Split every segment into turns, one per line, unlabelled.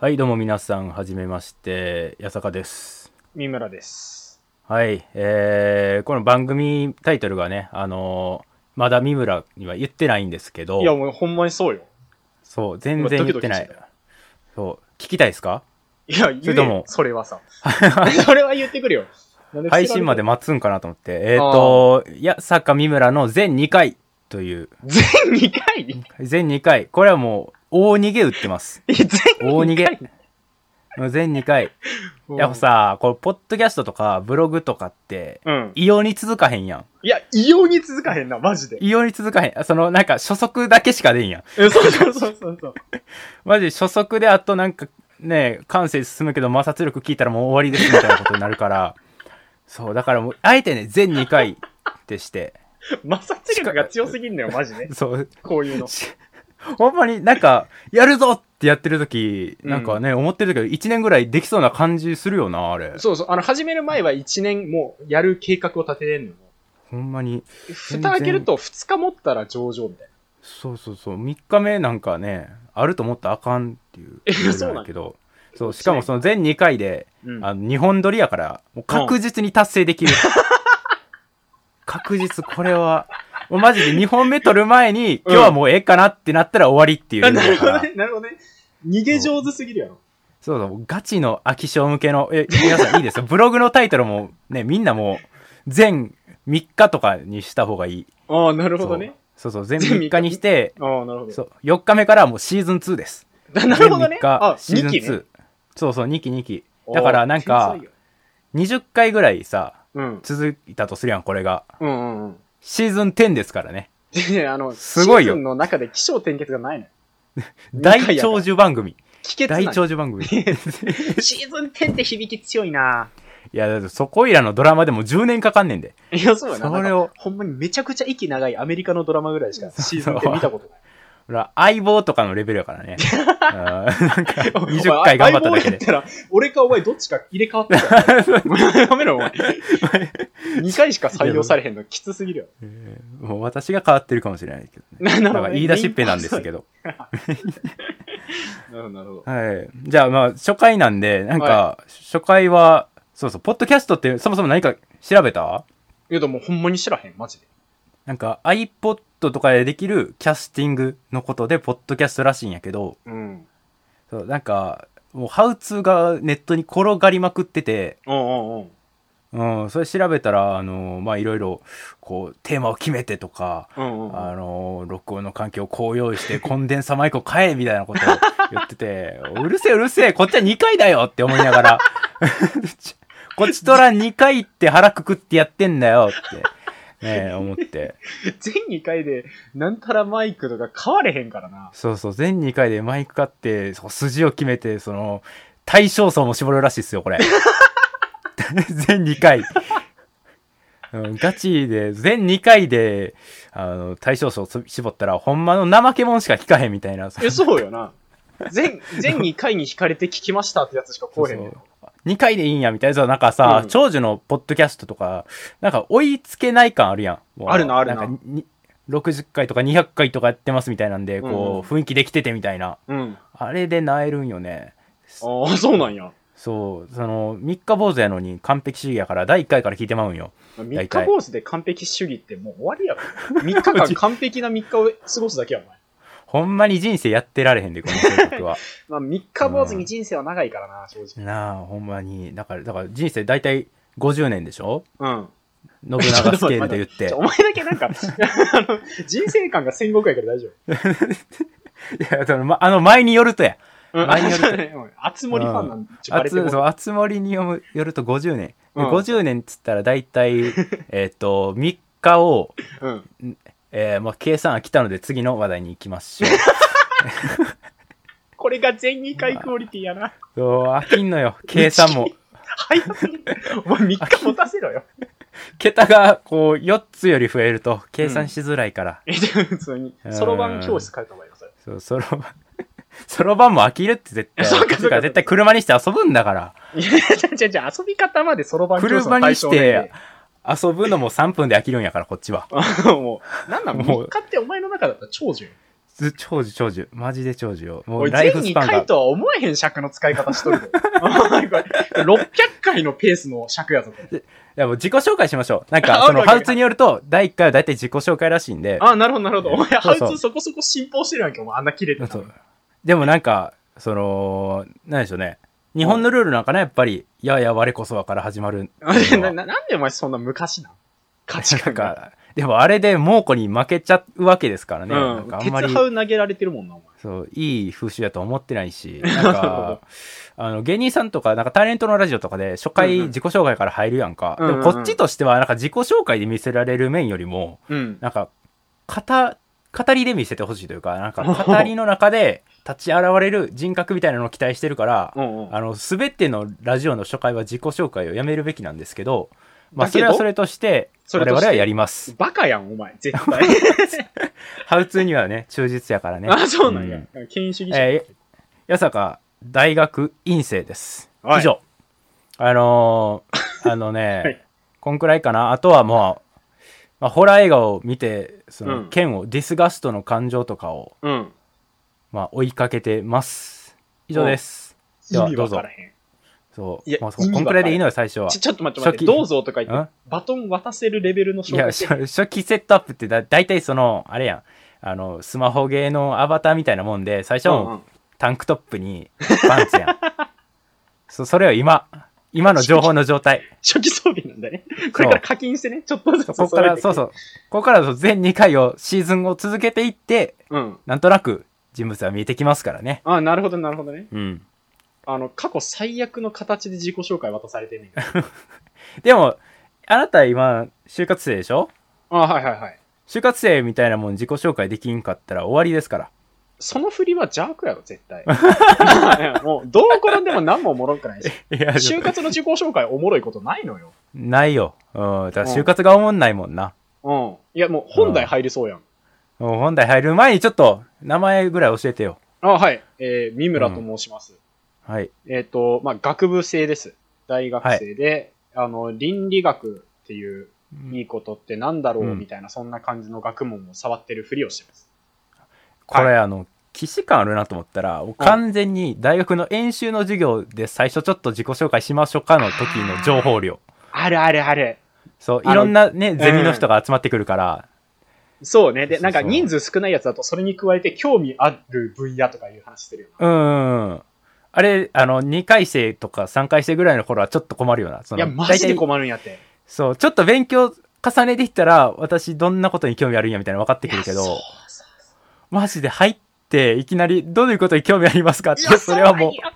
はい、どうも皆さん、はじめまして、八坂です。
三村です。
はい、えー、この番組タイトルがね、あのーまだ三村には言ってないんですけど
い、や、もうほんまにそうよ。
そう、全然言ってな
今ドキド
い
キし。
そう、聞きたいです か
いや、
それ
言え
とも
よ、それはさ。 それは言ってくるよ。なんで
配信まで
も。
待つんかなと思っ て、えっ、と、八坂三村の全2回という、
全2回い
全2回、これはもう、大逃げ打ってます。
や全
大逃
2
げ
回。
全2回。
うん
やっぱ。さ、これ、ポッドキャストとか、ブログとかって、
うん。
異様に続かへんやん。
いや、異様に続かへんな、マジ で。
異様に続かへん。その、なんか、初速だけしか出んやん。
えそうそうそうそうそう。
マジ、初速で、あとなんか、ね、感性進むけど摩擦力聞いたらもう終わりですみたいなことになるから。 そう、だからもう、あえてね、全2回でして。
摩擦力が強すぎんのよ、マジで。
そう、
こういうの。
しほんまになんか、やるぞってやってる時、なんかね、思ってるけど、1年ぐらいできそうな感じするよな、あれ。
そうそう。あの、始める前は1年もうやる計画を立ててんのよ。
ほんまに。
蓋開けると2日持ったら上々みたいな。
そうそうそう。3日目なんかね、あると思ったらあかんっていう。
えそうなんや
だけど。そう、しかもその全2回で、
うん。
あの、2本撮りやから、もう確実に達成でき る。確実、これは。もうマジで2本目撮る前に、今日はもうええかなってなったら終わりっていう
あ
レベ
な
ル
る
やか
ほど
ら。
ね、なるほどね。逃げ上手すぎるやろ。
そうそう、もうガチの飽き性向けの、え、皆さんいいですよ。ブログのタイトルもね、みんなもう、全3日とかにした方がいい。
ああ、なるほどね。
そうそう、全
全
3日にして、
ああ、なるほど。
そう、4日目からはもうシーズン2です。
なるほどね
全3。
あ
日、、シーズン
2
2。
期ね。
そうそう、2期2期。だからなんか
天才よ、
20回ぐらいさ、
うん。
続いたとするやん、これが。
うんうんうん。
シーズン10ですからね。
で、 あの、
すごいよ
シーズンの中で起承転結がないのよ。二
大
回やから
長寿番組。
帰結な
大
の
長寿番組。い
シーズン10って響き強いな
や、だってそこいらのドラマでも10年かかんねんで。
いや、そうやな。
それ
なん
を
かほんまにめちゃくちゃ息長いアメリカのドラマぐ らいしかシーズン10見たことない。
ほら相棒とかのレベルやからね。うんなんか、20
20
回頑張っただけで。
ら、俺かお前どっちか入れ替わってたよ。お前やめろ、お前。2回しか採用されへんのきつすぎるよ。
えーもう私が変わってるかもしれないけどね。
な
だか
なるほど
ら
ね
言い出しっぺなんです けど。
なるほどなるほど。
はい。じゃあまあ、初回なんで、なんか
は、
初回は、そうそう、ポッドキャストってそもそも何か調べた
いや、でもほんまに知らへん、マジで。
なんか iPod とかでできるキャスティングのことで、ポッドキャストらしいんやけど、
うん。
そうなんか、もうハウツーがネットに転がりまくってて、
うんうんうん。
うん、それ調べたら、あの、まあ、いろいろ、こう、テーマを決めてとか、
うんうんうん。
あの、録音の環境をこう用意して、 コンデンサマイクを買え、みたいなことを言ってて、うるせえうるせえ、こっちは2回だよって思いなが ら、こっちとら2回って腹くくってやってんだよって、ねえ、思って。
全2回で、なんたらマイクとか買われへんからな。
そうそう、全2回でマイク買って、そう筋を決めて、その、対象層も絞るらしいですよ、これ。 全2回。うんガチで、全2回で、あの、対象層を絞ったら、ほんまの怠け者しか聞かへんみたいな。
え、そうよな。全、全2回に惹かれて聞きましたってやつしか来
そ
おへんねん。
2回でいいんや、みたいな。そうなんかさ、
うん
長寿のポッドキャストとか、なんか追いつけない感あるやん。もう
あるなあるなん
かに60回とか200回とかやってますみたいなんで、こう、
う
雰囲気できててみたいな。
うん。
あれでなえるんよね。
ああ、そうなんや。
そう、その、三日坊主やのに完璧主義やから、第1回から聞いてまうんよ。
3
体
日坊主で完璧主義ってもう終わりやから。3日 間完璧な3日を過ごすだけや、お前。
ほんまに人生やってられへんで、この性格 は。
まあ、3日坊主に人生は長いからな、正直。
なあ、ほんまに。だから、だから人生大体50年でしょ
うん。
信長スケールで言っ
ち
て
ょ。お前だけなんか、あの、人生観が戦国やから大丈
いや、その、ま、あの、前によるとや。
夫。うん。
前によると
あそう ねうん熱盛ファンなんで、ちょバ
あ
レても
つ、そう、あつ森によむよると50年。で
うん
50年っつったら大体、 えっと、3日を、
うん。
えー、まあ、計算飽きたので次の話題に行きましょう。
これが全2回クオリティやな。
そう、飽きんのよ。計算も。
早すぎる。お前3日持たせろよ。
桁が、こう、4つより増えると、計算しづらいから。
え、でも普通に、そろばん教室通った方がいいよ、それ。
そう、そろばん、 そろばんも飽きるって絶対。
そうかそうか
て絶対車にして遊ぶんだから。
いや、じゃじゃじゃ遊び方までそろばん教室
車
の
に
対
し
象なん
て
で。
遊ぶのも3分で飽きるんやから、こっちは。
あもう、なんなん、
もう
3日ってお前の中だったら長寿よ。
ず長寿長寿。マジで長寿よ。も
お
う
い、
ライフス
全2
パンが
回。とは思えへん尺の使い方しとるで。お前これ600回のペースの尺やぞ。これ
いやもう自己紹介しましょう。なん
あ
か、そ
OK
の
OK
ハウツによると、第1回は大体自己紹介らしいんで、
あ、なるほど、なるほど。お前、
そう
ハウ
そう
ツーそこそこ進歩してるやんけ、お前。あんな切れてた
そ
のに
う。でもなんか、その、なんでしょうね。日本のルールなんかな、やっぱり、いやいや、我こそはから始まるっていうの
な
は。
ななんでお前そんな昔なん価値
なん
観が。
か、でもあれで猛虎に負けちゃうわけですから
う
ね。なん
ん
か。あん
鉄
まり、
ハウ投げられてるもんな、お前。
そう、いい風習だと思ってないし、なん
なるほ
か、 あの、芸人さんとか、なんかタレントのラジオとかで初
うん
回
うん
自己紹介から入るやんか。
うんうんうん
でもこっちとしては、なんか自己紹介で見せられる面よりも、
うん。
なんか、語、語りで見せてほしいというか、なん か語りの中で立ち現れる人格みたいなのを期待してるから、
うんうん。
あの、すべてのラジオの初回は自己紹介をやめるべきなんですけど、まあ、そ
だけ
れ
ど
はそれとして、
それ
我
とし
々
て
はやります。
バカやん、お前。絶対。
ハウツーにはね、忠実やからね。
あ、そうなん
う
や。権威主義者。
えー、やさか大学院生です。
はい
以上。あのー あのね、
はい
こんくらいかな。あとはもう、まあ、ホラー映画を見て、その、
うん
剣を、ディスガストの感情とかを、
うん。
まあ、追いかけてます。以上です。
意
では
味わからへん。
そう。
いや
まあ、そ
意
う
味わ
こ
か
んくら
らん
いでいいのよ、最初は。
ちょ、ちょっと待って待って、
初期
どうぞとか言っ
ん
て、バトン渡せるレベルの
い
紹
や、
介
初初期セットアップってだ、大体その、あれやん。あの、スマホゲーのアバターみたいなもんで、最初はもう
うんうん
タンクトップにパンツやん。 そそれを今、今の情報の状態。
初期装備なんだね。これから課金してね、ちょっとずつ
ここから、そう
う。
そう。ここからそう全2回をシーズンを続けていって、
うん。
なんとなく人物は見えてきますからね。
あなるほど、なるほどね。
うん。
あの、過去最悪の形で自己紹介渡されてんね んけど。
でも、あなた今、就活生でしょ
あはいはいはい。
就活生みたいなもん自己紹介できんかったら終わりですから。
その振りは邪悪やろ、絶 対。いやもう、どう転んでも何もおもろくないし。
いや
就活の自己紹介おもろいことないのよ。
ないよ。うん。だから
うん
就活が思んないもんな。
うん。いや、もう本題入りそうやん。
もう本題入る前にちょっと、名前ぐらい教えてよ。
あはい。えー、三村と申します。
はい。
えっ、と、まあ、学部生です。大学生で、あの、倫理学っていういいことってなんだろう
うん
みたいな、そんな感じの学問を触ってるふりをしてます。
これ、あの、既視感あるなと思ったら、完全に大学の演習の授業で最初ちょっと自己紹介しましょうかの時の情報量。
あるあるある。
そう、
あの
いろんなね、ゼミの人が集まってくるから、
そうね。で、
そう
な
そうん
か
そう
人数少ないやつだと、それに加えて興味ある分野とかいう話してるよ
うん、うんうん。あれ、あの、2回生とか3回生ぐらいの頃はちょっと困るよな。そ
な。
の
いや、マジで
大体
困るんやって。
そう、ちょっと勉強重ねてきたら、私どんなことに興味あるんやみたいなの分かってくるけ
いや
ど、マジで入って、いきなり、どういうことに興味ありますかって、
そう
それはもう
い、や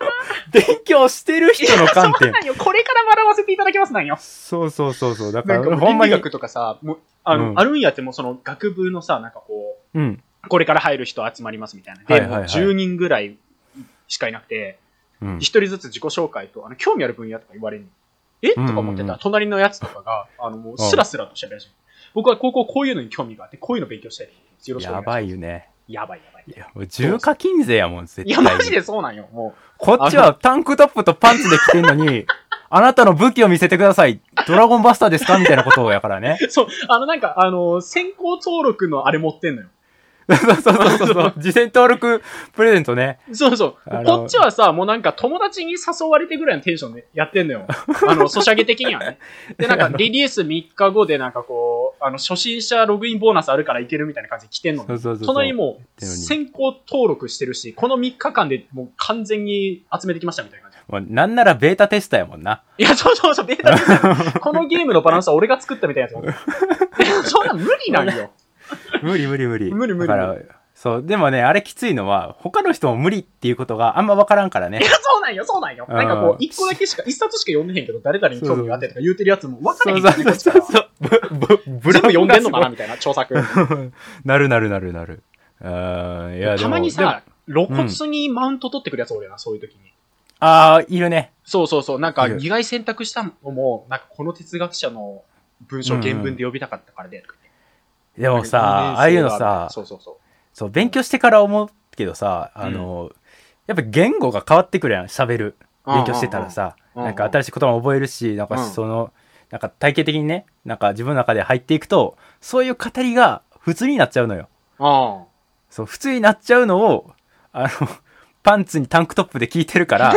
勉強してる人の観
そう
点
な。んよ。これから学ばせていただきますなんよ。
そうそうそうそう。だか
な
ら、
んか、
ほんま
倫理
に。
学とかさ、もうあの、
うん
あるんやっても、その学部のさ、なんかこ
うん。
う、これから入る人集まりますみたいな。で、
はいはいはい
もう10人ぐらいしかいなくて、
うん
一人ずつ自己紹介と、あの、興味ある分野とか言われるえと
うんうんうん
か思ってたら、隣のやつとかが、あの、もう、スラスラと喋り始める。僕は高校こういうのに興味があって、こういうの勉強したいです。よろしくお
や
願いします。
ばいよね。
やばいやばい。
いや、もう重課金税やもん、絶対。
いや、マジでそうなんよ。も
こっちはタンクトップとパンツで着てんの に、あなたの武器を見せてください。ドラゴンバスターですかみたいなことをやからね。
う、そう、あの、なんか、あの、先行登録のあれ持ってんのよ。
そうそうそうそう。事前登録プレゼントね。
そうそう
あ。の
こっちはさ、もうなんか友達に誘われてぐらいのテンションでやってん のよ。あの、ソシャゲ的にはね。で、なんかリリース3日後でなんかこう、あの、初心者ログインボーナスあるからいけるみたいな感じで来てんのね。
そうそうそうそう
隣もう
やってんのに
先行登録してるし、この3日間でもう完全に集めてきましたみたいな感じ。
もうなんならベータテスターやもんな。
いや、そうそうそう、ベータですよこのゲームのバランスは俺が作ったみたい なやつ。いやそんなん無理なんよ。
無理無理無理。
無理無理
だから、そう。でもね、あれきついのは、他の人も無理っていうことがあんまわからんから
い
ね
や、。そうなんよ、そうなんよ。
うん
なんかこう、1個だけしか、1冊しか読んでへんけど、誰々に興味があってとか言うてるやつも分か
そ
れへ
うんそ
か
う
らね、こっち
そ
か
う
ら
そ
は。
う。ぶ、ぶ、
全部読んでんのかな
ブ
みたいな、著作。
ラフがすごい なるなるなるなる。うん。いや、でも
たまに、
でも
さ、露骨にマウント取ってくるやつ俺な、そういう時に。
ああ、いるね。
そうそうそう、なんか、
いる
意外選択したのも、なんかこの哲学者の文章
うん
原文で呼びたかったからで。とか言って
でも
なん
さ、
か
ああいうのさ、
そうそうそう。
そう、勉強してから思うけどさ、あの、やっぱ言語が変わってくるやん、喋る。勉強してたらさ、
うんうんう
なんんか新しい言葉を覚えるし、なんか
うん
その、なんか体系的にね、なんか自分の中で入っていくと、そういう語りが普通になっちゃうのよ。
うん。うん
そう、普通になっちゃうのを、あの、パンツにタンクトップで効いてる から、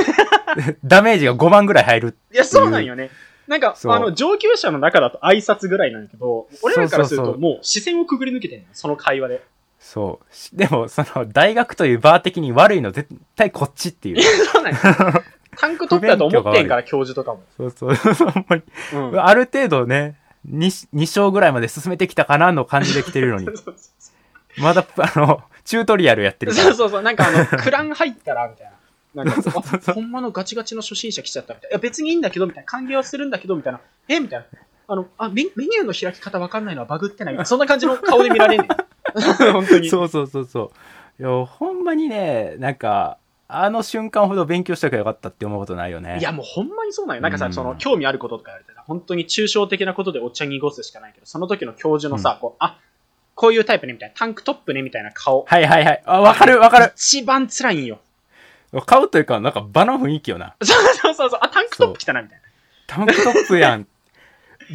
ダメージが5万ぐらい入る。
いや、そうなんよね。なんか、
そう
あの、上級者の中だと挨拶ぐらいなんだけど、俺らからする
そう
と
そうそう
もう視線をくぐり抜けてんのよその会話で。
そうし。でも、その、大学というバー的に悪いの絶対こっちっていう。
そ うなんよタンクトップだと思ってんから、教授とかも。
そうそう。 あんまり
う ん。
ある程度ね、2, 二章ぐらいまで進めてきたかなの感じで来てるのに
そう、そう
まだ、あの、チュートリアルやってるか
そう
ら。
そうそう、なんかあの、 クラン入ったら、みたいな。なんか、あ、ほんまのガチガチの初心者来ちゃったみたいな。いや、別にいいんだけど、みたいな。歓迎はするんだけど、みたいな。えみたいな。あの、あメ、メニューの開き方わかんないのはバグってないみたいな。そんな感じの顔で見られん ねん。本当に。
そうそうそうそう。いや、ほんまにね、なんか、あの瞬間ほど勉強しときゃよかったって思うことないよね。
いや、もうほんまにそうなんよ。なんか
う
さ、
ん
その、興味あることとか言われてさ、本当に抽象的なことでお茶濁すしかないけど、その時の教授のさ、こう、あ、こういうタイプね、みたいな。タンクトップね、みたいな顔。
はいはいはい。あ、わかるわかる。
一番辛いんよ。
買うというか、なんか場の雰囲気よな。
そうそうそうそう。あ、タンクトップ来たな、みたいな。
タンクトップやん。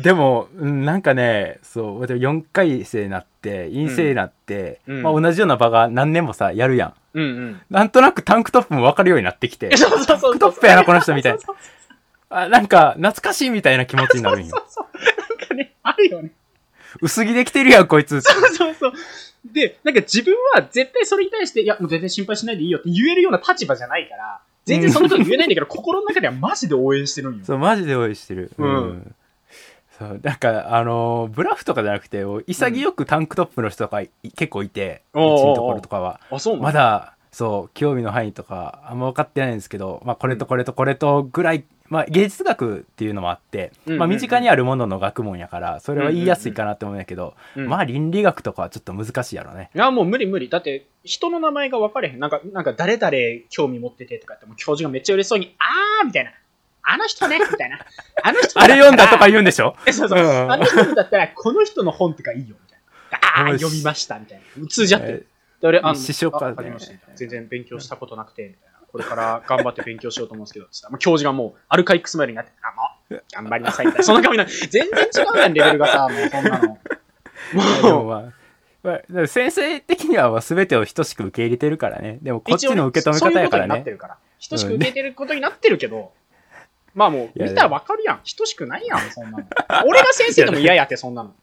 でも、うんなんかね、そう、私4回生になって、陰性になって、
うん
まあ同じような場が何年もさ、やるやん。
うんうん。、
なんとなくタンクトップもわかるようになってきて
そうそうそう
タ
そう。
ンクトップやなこの人みたいな
そうそうそう
あなんか懐かしいみたいな気持ちになるん
そ
よ。
うそうそう。なんかね、あるよね。
薄着できてるやん、こいつ。
そうそうそう。で、なんか自分は絶対それに対して、いや、もう全然心配しないでいいよって言えるような立場じゃないから、全然そのこと言えないんだ けど、心の中ではマジで応援してるんよ。
そう、マジで応援してる。
うん
そう、なんか、あのーブラフとかじゃなくて、潔くタンクトップの人とかい結構いて、うち
おうおうおう
のところとかは。
あ、そう
まだ、そう、興味の範囲とか、あんま分かってないんですけど、まあ、これとこれとこれとぐらい、まあ、芸術学っていうのもあって、
うん
まあ、身近にあるものの学問やから、それは言いやすいかなって思うんやけど、
うん
まあ、倫理学とかはちょっと難しいやろね。
いや、もう無理無理。だって、人の名前が分かれへん。なんか、なんか誰々興味持っててとかって、もう教授がめっちゃ嬉しそうに、あーみたいな。あの人ねみたいな。 あの人
あれ読んだとか
言
言うんでし ょ
う。そうそう。
うん
あの人だったら、この人の本とかいいよ、みたいな。あ
う
ー
ん
読みました、みたいな。通じ合ってる。で俺、あの、
師匠から
あわりましたみたいな全然勉強したことなくて、みたいな。これから頑張って勉強しようと思うんですけど、つったらもう教授がもうアルカイックスマイルになって、あ、もう、頑張りなさい、みたいな。そんな髪な、全然違うやん、レベルがさ、もうそんなの。
で
も
も、
う
まあまあ、でも先生的にはまあ全てを等しく受け入れてるからね。でもこっ
一応
ちの受け止め方やから
そういうことになっ
ね
て。るから。等しく受けてることになってるけど、まあもう、
いや
見たらわかるやん。等しくないやん、そんなの。俺が先生でも嫌やって、そんなの。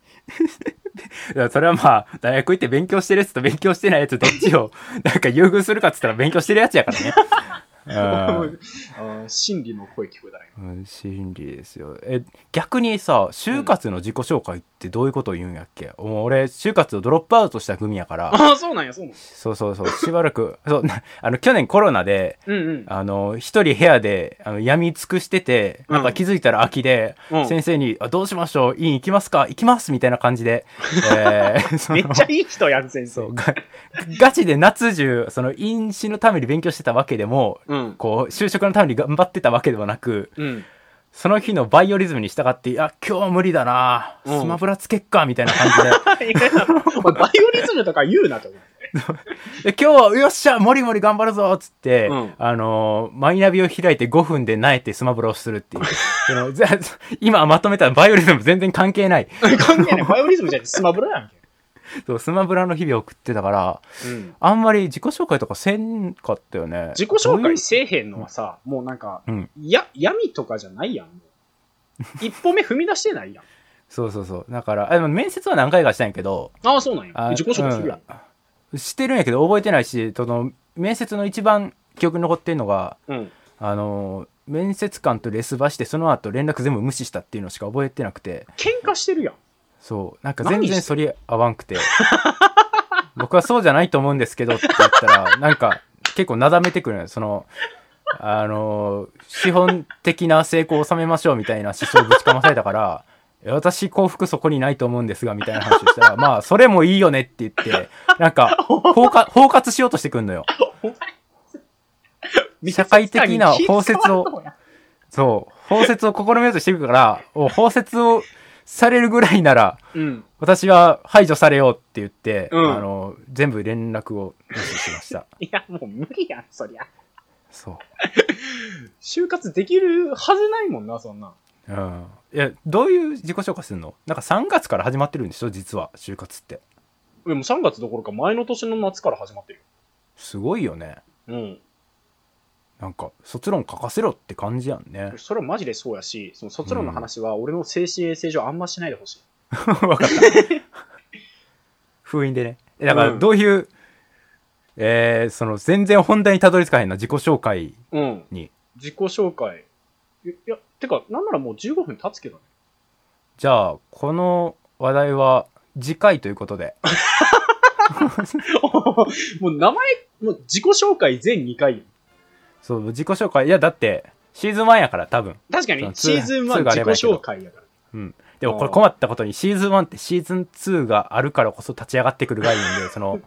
いやそれはまあ、大学行って勉強してるやつと勉強してないやつどっち をなんか優遇するかっつったら勉強してるやつやからね。
うん真理の声聞こえたら今。
うんうん、心理ですよ。え、逆にさ、就活の自己紹介ってどういうことを言うんやっけ、もう俺、就活をドロップアウトした組やから、
ああ、そうなんや、そうなんや。
そうそうそう、しばらく、 そう、なあの、去年コロナで、
うんうん。
あの、一人部屋で、あの、病み尽くしてて、なんか気づいたら空きで、
うん
先生に、あ、どうしましょう院行きますか行きますみたいな感じで、え ーその
めっちゃいい人やん、先
そ
生。
う、がガチで夏中、その、飲酒のために勉強してたわけでも、
うん。
こう、就職のために頑張ってたわけではなく、
うん。
その日のバイオリズムに従って、あ、今日は無理だな
うん
スマブラつけっかみたいな感 じで、
いやお前バイオリズムとか言うなと思う。
で今日はよっしゃもりもり頑張るぞっつって、
うん
あのーマイナビを開いて5分で萎えてスマブラをするっていうその ぜ今まとめたバイオリズム全然関係ない
関係ない。バイオリズムじゃなくてスマブラやんけ。
そうスマブラの日々を送ってたから
うん。
あんまり自己紹介とかせんかったよね
自己紹
どうい
介
う
せえへんのはさ、もうなんか、
うん
や、闇とかじゃないやん。もう一歩目踏み出してないやん。
そうそうそうだからあでも面接は何回かしたんやけど
ああ、そうなんや。
あ
自己紹介するやん。
うんしてるんやけど覚えてないしその面接の一番記憶に残ってんのが
うん。
あのー面接官とレスバしてその後連絡全部無視したっていうのしか覚えてなくて
喧嘩してるやん。
そう。なんか全然そり合わんくて。 僕はそうじゃないと思うんですけどって言ったら、なんか結構なだめてくるのよ。その、あの、資本的な成功を収めましょうみたいな思想をぶちかまされたから、いや私幸福そこにないと思うんですが、みたいな話をしたら、まあ、それもいいよねって言って、なんか、包括、包括しようとしてくんのよ。社会的な包摂をそう。包摂を試みようとしてくるから、お包摂をされるぐらいなら、
うん。
私は排除されようって言って、
うん
あの、全部連絡を無視しました。
いや、もう無理やん、そりゃ。
そう。
就活できるはずないもんな、そんな。
うん。いや、どういう自己紹介するのなんか3月から始まってるんでしょ実は、就活って。
でも3月どころか前の年の夏から始まってる
すごいよね。
よ。
なんか、卒論書かせろって感じやんね
うん。。それはマジでそうやし、その卒論の話は俺の精神衛生上あんましないでほしい。
わかった。封印でね。えだから、
うん
どういう、えー、その、全然本題にたどり着かへんな自己紹介
うん。
に。
自己紹介。いいや、てか、なんならもう15分経つけどね。
じゃあ、この話題は次回ということで。
もう名前、もう自己紹介全2回よ。
そう、自己紹介。いや、だって、シーズン1やから、多分。
確かに
そう
シーズン1
ツーがあれ
自己
ばいいけど
紹介やから。
でもこ
あ
れ
ー
困ったことにシーズン1ってシーズン2があるからこそ立ち上がってくる概 念でその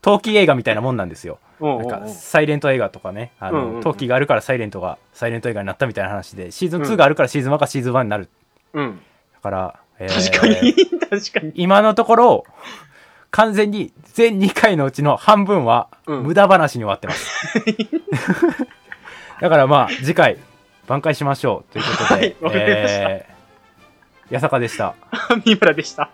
陶器映画みたいなもんなんですよ
うん
なんか
うんうん
サイレント映画とかねあ
うんうんう
の
ん
陶器があるからサイレントがサイレント映画になったみたいな話でシーズン2があるからシーズン1がシーズン1になる
うん。
だから、えー
確かに、確かに。
今のところ完全に全2回のうちの半分は
うん
無駄話に終わって ます、だからまあ次回挽回しましょうということで、
はいわかりました
えー八坂でした
三村でした。